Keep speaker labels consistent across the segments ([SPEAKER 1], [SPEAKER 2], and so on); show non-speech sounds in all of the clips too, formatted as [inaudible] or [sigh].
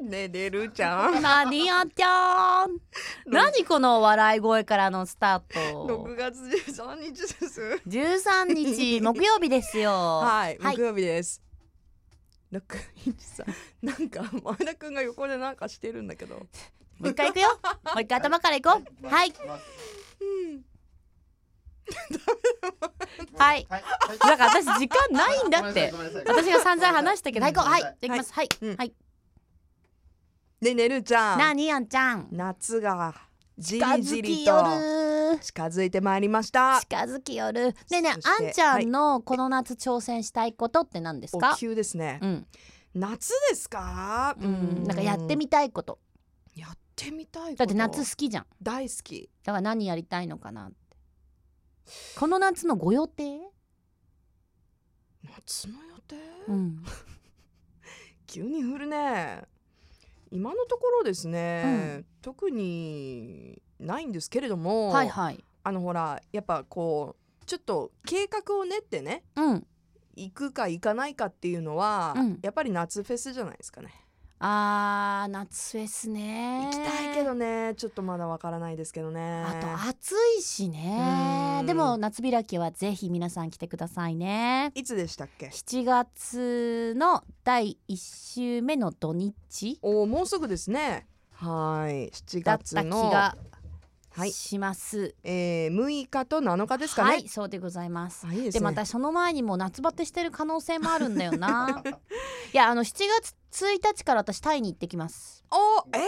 [SPEAKER 1] ねえねるちゃん
[SPEAKER 2] 何やっちゃーん [laughs] 何この笑い声からのスタート
[SPEAKER 1] 6月13日です
[SPEAKER 2] 13日木曜日ですよ
[SPEAKER 1] はい
[SPEAKER 2] はい
[SPEAKER 1] 木曜日です、六一さなんか前田くんが横でなんかしてるんだけど
[SPEAKER 2] もう一回行くよもう一回頭から行こう [laughs] はいはい
[SPEAKER 3] はい。
[SPEAKER 2] なんか私時間ないんだって
[SPEAKER 3] ごめんなさい。ごめんな
[SPEAKER 2] 私が散々話したけどはい行こうはいじゃあ行きますはい
[SPEAKER 1] うん
[SPEAKER 2] はい
[SPEAKER 1] ねえねるちゃん
[SPEAKER 2] 何やんちゃん
[SPEAKER 1] 夏がじ
[SPEAKER 2] 近
[SPEAKER 1] り
[SPEAKER 2] づ
[SPEAKER 1] じり
[SPEAKER 2] き
[SPEAKER 1] と
[SPEAKER 2] よる
[SPEAKER 1] 近づいてまいりました
[SPEAKER 2] 近づきよるねえねえ
[SPEAKER 1] そして
[SPEAKER 2] あんちゃんのこの夏挑戦したいことって何です
[SPEAKER 1] お
[SPEAKER 2] か
[SPEAKER 1] 急ですね
[SPEAKER 2] うん
[SPEAKER 1] 夏ですか
[SPEAKER 2] うんなんかやってみたいこと
[SPEAKER 1] やってみたいこと
[SPEAKER 2] だって夏好きじゃん
[SPEAKER 1] 大好き
[SPEAKER 2] だから何やりたいのかなってこの夏のご予定、
[SPEAKER 1] 夏の予定、
[SPEAKER 2] ん、
[SPEAKER 1] 急に降るね今のところですね、
[SPEAKER 2] う
[SPEAKER 1] 特にないんですけれども、
[SPEAKER 2] はいはい
[SPEAKER 1] あのほらやっぱこうちょっと計画を練ってね
[SPEAKER 2] うん
[SPEAKER 1] 行くか行かないかっていうのは、
[SPEAKER 2] うん
[SPEAKER 1] やっぱり夏フェスじゃないですかね、
[SPEAKER 2] あー夏フェスね
[SPEAKER 1] 行きたいけどねちょっとまだわからないですけどね
[SPEAKER 2] あと暑いし
[SPEAKER 1] う
[SPEAKER 2] ね
[SPEAKER 1] ん
[SPEAKER 2] でも夏開きはぜひ皆さん来てくださいね
[SPEAKER 1] いつでしたっけ
[SPEAKER 2] 7月の第1週目の土日
[SPEAKER 1] おーもうすぐですねはい7
[SPEAKER 2] だっ
[SPEAKER 1] 月
[SPEAKER 2] た気
[SPEAKER 1] の
[SPEAKER 2] が
[SPEAKER 1] はい
[SPEAKER 2] します
[SPEAKER 1] えー、6日と7日ですかね、
[SPEAKER 2] はいそうでございます
[SPEAKER 1] あいいですね
[SPEAKER 2] でまたその前にもう夏バテしてる可能性もあるんだよ
[SPEAKER 1] [laughs]
[SPEAKER 2] ないやあの7月1日から私タイに行ってきます
[SPEAKER 1] おえー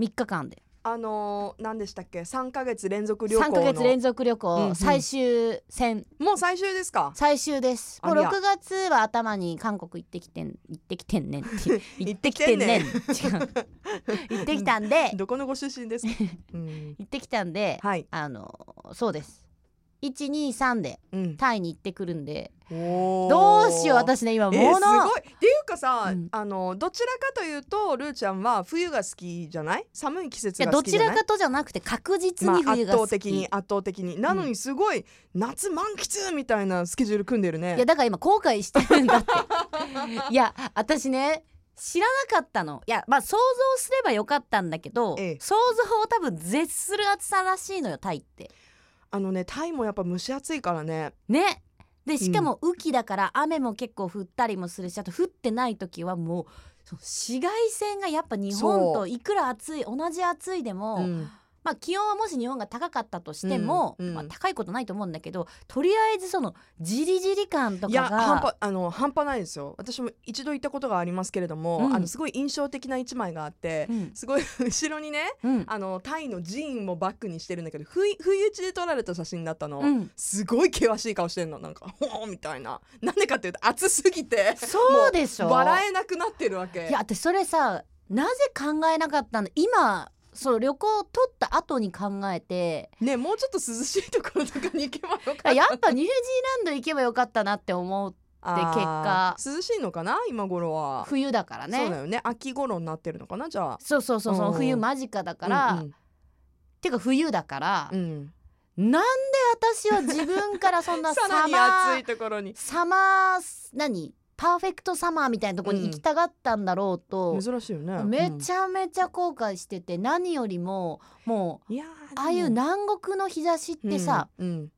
[SPEAKER 2] 3日間で
[SPEAKER 1] あのー、何でしたっけ三ヶ月連続旅行
[SPEAKER 2] 3
[SPEAKER 1] の
[SPEAKER 2] ヶ月連続旅
[SPEAKER 1] うんう
[SPEAKER 2] 行
[SPEAKER 1] ん
[SPEAKER 2] 最終戦
[SPEAKER 1] もう最終ですか
[SPEAKER 2] 最終ですもう
[SPEAKER 1] ありゃ
[SPEAKER 2] 6月は頭に韓国行ってきてん行ってきてんねんって行
[SPEAKER 1] [laughs] 行
[SPEAKER 2] っ
[SPEAKER 1] ってて
[SPEAKER 2] き
[SPEAKER 1] き
[SPEAKER 2] て
[SPEAKER 1] て
[SPEAKER 2] ん
[SPEAKER 1] んね
[SPEAKER 2] ねん
[SPEAKER 1] ん
[SPEAKER 2] 違う
[SPEAKER 1] [laughs]
[SPEAKER 2] 行ってきたんで
[SPEAKER 1] どこのご出身です
[SPEAKER 2] [laughs]
[SPEAKER 1] か、うん、
[SPEAKER 2] 行ってきたんで
[SPEAKER 1] はい、
[SPEAKER 2] あのそうです123で
[SPEAKER 1] うん、
[SPEAKER 2] タイに行ってくるんで
[SPEAKER 1] おー
[SPEAKER 2] どうしよう私ね今
[SPEAKER 1] えー、
[SPEAKER 2] も
[SPEAKER 1] す
[SPEAKER 2] の
[SPEAKER 1] ごいっていうかさ、
[SPEAKER 2] うん
[SPEAKER 1] あのどちらかというとルーちゃんは冬が好きじゃない寒い季
[SPEAKER 2] い
[SPEAKER 1] 節
[SPEAKER 2] や
[SPEAKER 1] が
[SPEAKER 2] ど
[SPEAKER 1] 好き
[SPEAKER 2] ち
[SPEAKER 1] じゃ
[SPEAKER 2] ら
[SPEAKER 1] ない
[SPEAKER 2] かとじゃなくて確実
[SPEAKER 1] まあ
[SPEAKER 2] に冬
[SPEAKER 1] 圧
[SPEAKER 2] が
[SPEAKER 1] 倒
[SPEAKER 2] 好き、
[SPEAKER 1] 的に圧倒的になのにすごい、夏満喫みたいなスケジュール組んでるね
[SPEAKER 2] いやだから今後悔してるんだ
[SPEAKER 1] [laughs]
[SPEAKER 2] っていや私ね知らなかったのいやまあ想像すればよかったんだけど、
[SPEAKER 1] ええ
[SPEAKER 2] 想像を多分絶する暑さらしいのよタイって
[SPEAKER 1] あのねタイもやっぱ蒸し暑いからね
[SPEAKER 2] ねでしかも雨季だから雨も結構降ったりもするしあと降ってない時はもうその紫外線がやっぱ日本
[SPEAKER 1] そ
[SPEAKER 2] と
[SPEAKER 1] う
[SPEAKER 2] いくら暑い同じ暑いでも、
[SPEAKER 1] うん
[SPEAKER 2] まあ気温はもし日本が高かったとしても、
[SPEAKER 1] うんうん
[SPEAKER 2] まあ、高いことないと思うんだけどとりあえずそのじりじり感とか
[SPEAKER 1] いや半
[SPEAKER 2] が
[SPEAKER 1] 端あの半端ないですよ私も一度行ったことがありますけれども、
[SPEAKER 2] うん
[SPEAKER 1] あのすごい印象的な一枚があって、
[SPEAKER 2] うん
[SPEAKER 1] すごい後ろにね
[SPEAKER 2] うん
[SPEAKER 1] あのタイの寺院もバックにしてるんだけど不意不意打ちで撮られた写真だったの、
[SPEAKER 2] うん
[SPEAKER 1] すごい険しい顔してんのなんかほーみたいななんでかっていうと暑すぎて
[SPEAKER 2] そうでしょ
[SPEAKER 1] 笑えなくなってるわけ
[SPEAKER 2] いや私それさなぜ考えなかったの今そう旅行を取った後に考
[SPEAKER 1] [laughs]
[SPEAKER 2] えて
[SPEAKER 1] ねもうちょっと涼しいところとかに行けばよかっ
[SPEAKER 2] あ
[SPEAKER 1] た
[SPEAKER 2] やっぱニュージーランド行けばよかったなって思う
[SPEAKER 1] あー涼しいのかな今頃は、
[SPEAKER 2] 冬だからね
[SPEAKER 1] そうだよね秋頃になってるのかなじゃあ
[SPEAKER 2] そうそうそうそう
[SPEAKER 1] うん
[SPEAKER 2] 冬間近だから、てか冬だから
[SPEAKER 1] う、んうんうん
[SPEAKER 2] なんで私は自分からそん
[SPEAKER 1] [laughs]
[SPEAKER 2] な
[SPEAKER 1] さら
[SPEAKER 2] サ
[SPEAKER 1] に
[SPEAKER 2] マ
[SPEAKER 1] 暑い
[SPEAKER 2] ー
[SPEAKER 1] ところに
[SPEAKER 2] サマー何パーフェクトサマーみたいなとこに行きたがったんだろうと、
[SPEAKER 1] 珍しいよね
[SPEAKER 2] めちゃめちゃ後悔してて何よりもも
[SPEAKER 1] う
[SPEAKER 2] う
[SPEAKER 1] んいやー
[SPEAKER 2] ああいう南国の日差しっ
[SPEAKER 1] でも
[SPEAKER 2] てさ、
[SPEAKER 1] うんうん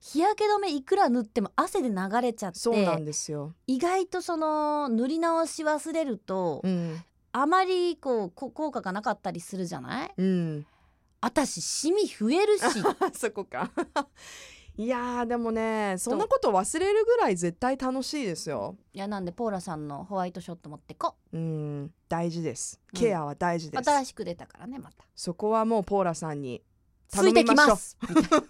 [SPEAKER 2] 日焼け止めいくら塗っても汗で流れちゃっ
[SPEAKER 1] そうなん
[SPEAKER 2] て
[SPEAKER 1] ですよ、
[SPEAKER 2] 意外とその塗り直し忘れると、
[SPEAKER 1] うん
[SPEAKER 2] あまりこうこ効果がなかったりするじゃない
[SPEAKER 1] うん、 [laughs]
[SPEAKER 2] 私シミ増えるし
[SPEAKER 1] そこか [laughs] いやーでもねそんなこと忘れるぐらい絶対楽しいですよ
[SPEAKER 2] [laughs] いやなんでポーラさんのホワイトショット持ってこ
[SPEAKER 1] うん大事です
[SPEAKER 2] うん
[SPEAKER 1] ケアは大事です、
[SPEAKER 2] 新しく出たからねまた
[SPEAKER 1] そこはもうポーラさんに
[SPEAKER 2] つ
[SPEAKER 1] 頼
[SPEAKER 2] いて
[SPEAKER 1] み
[SPEAKER 2] き
[SPEAKER 1] ましょう
[SPEAKER 2] ますみたいな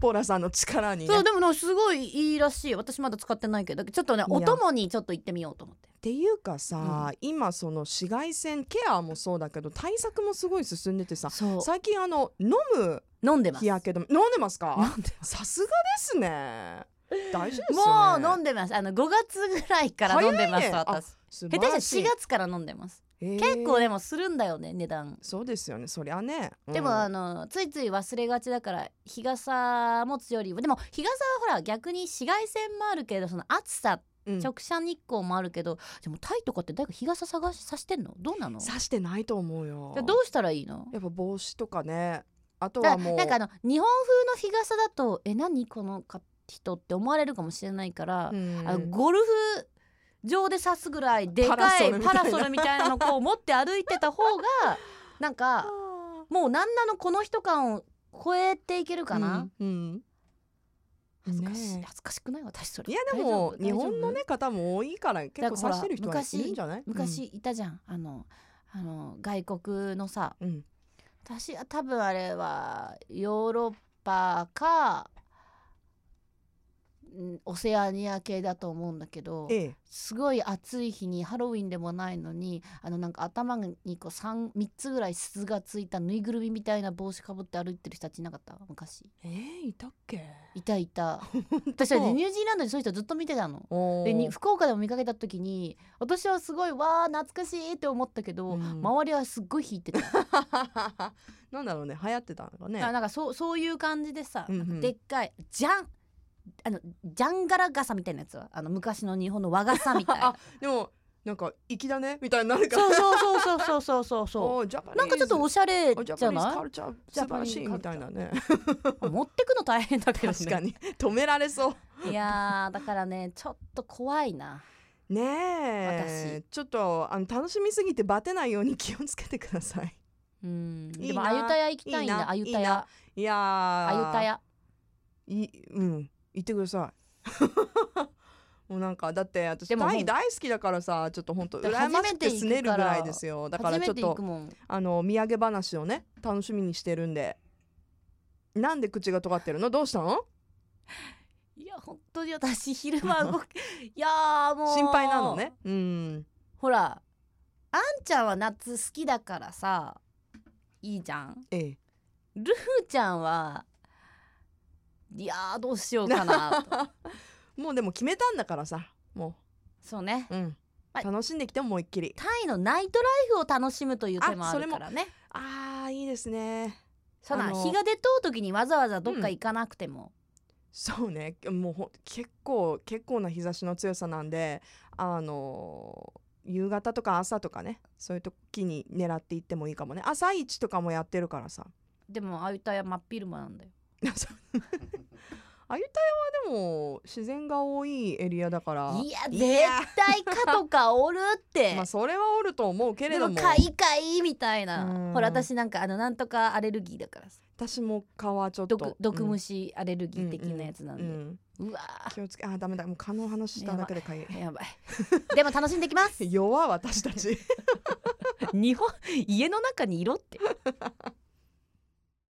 [SPEAKER 1] ポーラさんの力に、ね、
[SPEAKER 2] そう
[SPEAKER 1] っ
[SPEAKER 2] でもねすごいいいらしい私まだ使ってないけどちょっとね
[SPEAKER 1] いや
[SPEAKER 2] お供にちょっと行ってみようと思って
[SPEAKER 1] ていうかさ、今その紫外線ケアもそうだけど対策もすごい進んでてさ
[SPEAKER 2] そ
[SPEAKER 1] 最近あの飲む
[SPEAKER 2] う飲んでます
[SPEAKER 1] 日焼け止め飲んでますか
[SPEAKER 2] 飲んでます
[SPEAKER 1] さすがですね大事です
[SPEAKER 2] も
[SPEAKER 1] よ
[SPEAKER 2] う
[SPEAKER 1] ね
[SPEAKER 2] 飲んでますあの5月ぐらいから飲んでま
[SPEAKER 1] 早
[SPEAKER 2] す、
[SPEAKER 1] いねあ
[SPEAKER 2] 私
[SPEAKER 1] 素
[SPEAKER 2] 下
[SPEAKER 1] 晴
[SPEAKER 2] 手
[SPEAKER 1] らし
[SPEAKER 2] した
[SPEAKER 1] い
[SPEAKER 2] ら4月から飲んでます
[SPEAKER 1] 結
[SPEAKER 2] 結構でもするんだよね値段
[SPEAKER 1] そうですよねそりゃね、うん
[SPEAKER 2] でも、あのついつい忘れがちだから日傘持つよりもでも日傘はほら逆に紫外線もあるけどその暑さ
[SPEAKER 1] うん
[SPEAKER 2] 直射日光もあるけどでもタイとかって誰か日傘探しさしてんのどうなのじ
[SPEAKER 1] 刺してないと思うよ
[SPEAKER 2] ゃあどうしたらいいの
[SPEAKER 1] やっぱ帽子とかねあと
[SPEAKER 2] だ
[SPEAKER 1] はもう
[SPEAKER 2] なんかあの日本風の日傘だとえ何このか人って思われるかもしれないから、
[SPEAKER 1] うん
[SPEAKER 2] あのゴルフ場で刺すぐらいでかいパ
[SPEAKER 1] パ
[SPEAKER 2] ラ
[SPEAKER 1] ラ
[SPEAKER 2] ソ
[SPEAKER 1] ソ
[SPEAKER 2] ル
[SPEAKER 1] ル
[SPEAKER 2] みたいなのをこう持って歩いてた方
[SPEAKER 1] [laughs]
[SPEAKER 2] がなん
[SPEAKER 1] あ
[SPEAKER 2] か
[SPEAKER 1] ー
[SPEAKER 2] もうなんなのこの人感を超えていけるかな、
[SPEAKER 1] うん、うん
[SPEAKER 2] 恥ずかしい、
[SPEAKER 1] ね
[SPEAKER 2] 恥ずかしくない私それ
[SPEAKER 1] いやでも
[SPEAKER 2] 大丈夫
[SPEAKER 1] 日本の
[SPEAKER 2] 大丈夫
[SPEAKER 1] ね方も多いから結構刺してる人はいるんじゃない
[SPEAKER 2] 昔いたじゃんあのあの外国のさ
[SPEAKER 1] うんうん
[SPEAKER 2] 私は多分あれはヨーロッパかうんオセアニア系だと思うんだけど
[SPEAKER 1] ええ
[SPEAKER 2] すごい暑い日にハロウィンでもないのにあのなんか頭にこう 3, 3つぐらい鈴がついたぬいぐるみみたいな帽子かぶって歩いてる人たちいなかった昔
[SPEAKER 1] ええいたっけ
[SPEAKER 2] いた
[SPEAKER 1] [laughs]
[SPEAKER 2] いた私はねニュージーランドでそういう人ずっと見てたの。
[SPEAKER 1] おー
[SPEAKER 2] でに福岡でも見かけた時に私はすごいわー懐かしいって思ったけど、
[SPEAKER 1] うん
[SPEAKER 2] 周りはすっごい引い
[SPEAKER 1] [laughs]
[SPEAKER 2] てた、
[SPEAKER 1] なんだろうね流行ってたのかね
[SPEAKER 2] あなんかそうそういう感じでさ、
[SPEAKER 1] うんうん
[SPEAKER 2] なんかでっかいじゃんあのジャンガラ傘みたいなやつはあの昔の日本の和傘み
[SPEAKER 1] [laughs]
[SPEAKER 2] たいな
[SPEAKER 1] でもなんか粋だねみたいになるから
[SPEAKER 2] そうそうそうそうそうそうそう
[SPEAKER 1] おージャパニーズ
[SPEAKER 2] なんかちょっとおしゃれ
[SPEAKER 1] おジャ
[SPEAKER 2] じ
[SPEAKER 1] パ
[SPEAKER 2] ゃ
[SPEAKER 1] ニーズカ
[SPEAKER 2] な
[SPEAKER 1] ルチャー
[SPEAKER 2] ジャ
[SPEAKER 1] 素
[SPEAKER 2] パ
[SPEAKER 1] 晴
[SPEAKER 2] ニー
[SPEAKER 1] ら
[SPEAKER 2] ズ
[SPEAKER 1] しいみたいなね
[SPEAKER 2] い [laughs] 持ってくの大変だけど、ね、
[SPEAKER 1] 確かに止められそう
[SPEAKER 2] い [laughs] やーだからねちょっと怖いな
[SPEAKER 1] ねえちょっとあの楽しみすぎてバテないように気をつけてください
[SPEAKER 2] うん
[SPEAKER 1] いいな
[SPEAKER 2] でもあゆたや行きたいんだあ
[SPEAKER 1] いい
[SPEAKER 2] ゆ
[SPEAKER 1] ないい
[SPEAKER 2] たや
[SPEAKER 1] ないや
[SPEAKER 2] あゆ
[SPEAKER 1] ー
[SPEAKER 2] たや
[SPEAKER 1] いうん言ってください [laughs] もうなんかだって私
[SPEAKER 2] でも
[SPEAKER 1] タ
[SPEAKER 2] ほ
[SPEAKER 1] イ
[SPEAKER 2] ん
[SPEAKER 1] 大好きだからさちょっと本当
[SPEAKER 2] だから
[SPEAKER 1] 羨ましくて
[SPEAKER 2] 初
[SPEAKER 1] す
[SPEAKER 2] めて
[SPEAKER 1] ね
[SPEAKER 2] 行く
[SPEAKER 1] る
[SPEAKER 2] か
[SPEAKER 1] ぐ
[SPEAKER 2] ら
[SPEAKER 1] らいですよだから
[SPEAKER 2] 初
[SPEAKER 1] ちょ
[SPEAKER 2] め
[SPEAKER 1] って
[SPEAKER 2] 行
[SPEAKER 1] と
[SPEAKER 2] くもん
[SPEAKER 1] あの土産話をね楽しみにしてるんでなんで口が尖ってるのどうしたの
[SPEAKER 2] いや本当に私昼間 [laughs] 動くいやーもう
[SPEAKER 1] 心配なのねうん
[SPEAKER 2] ほらあんちゃんは夏好きだからさいいじゃん
[SPEAKER 1] ええ
[SPEAKER 2] ルフちゃんはいやーどうしようかなと [laughs]
[SPEAKER 1] もうでも決めたんだからさも
[SPEAKER 2] そうね
[SPEAKER 1] ううん
[SPEAKER 2] はい
[SPEAKER 1] 楽しんできて思いっきり
[SPEAKER 2] タイのナイトライフを楽しむという手も
[SPEAKER 1] あ
[SPEAKER 2] あ
[SPEAKER 1] それ
[SPEAKER 2] る
[SPEAKER 1] も
[SPEAKER 2] からね
[SPEAKER 1] あーいいですね
[SPEAKER 2] そうな
[SPEAKER 1] あの
[SPEAKER 2] 日が出とう時にわざわざどっか行かなくても、
[SPEAKER 1] そうねもうほん結構結構な日差しの強さなんであの夕方とか朝とかねそういう時に狙っていってもいいかもね朝一とかもやってるからさ
[SPEAKER 2] でもあゆたや真っ昼間なんだよ
[SPEAKER 1] あゆたやはでも自然が多いエリアだから
[SPEAKER 2] いや絶
[SPEAKER 1] いや
[SPEAKER 2] 対蚊とかおるって
[SPEAKER 1] [laughs] まあそれはおると思うけれ
[SPEAKER 2] で
[SPEAKER 1] ど
[SPEAKER 2] も
[SPEAKER 1] も
[SPEAKER 2] かいかいみたいな
[SPEAKER 1] うん
[SPEAKER 2] ほら私なんかあのなんとかアレルギーだからさ
[SPEAKER 1] 私も蚊はちょっと
[SPEAKER 2] 毒毒虫アレルギ
[SPEAKER 1] うん
[SPEAKER 2] ー的なやつなんで、
[SPEAKER 1] う
[SPEAKER 2] う
[SPEAKER 1] うん
[SPEAKER 2] わ
[SPEAKER 1] 気をつけあダメだもう蚊の話しただけでかゆい
[SPEAKER 2] ーやばい [laughs] でも楽しんで
[SPEAKER 1] [laughs]
[SPEAKER 2] きます
[SPEAKER 1] 弱私たち
[SPEAKER 2] 日本家の中にいろって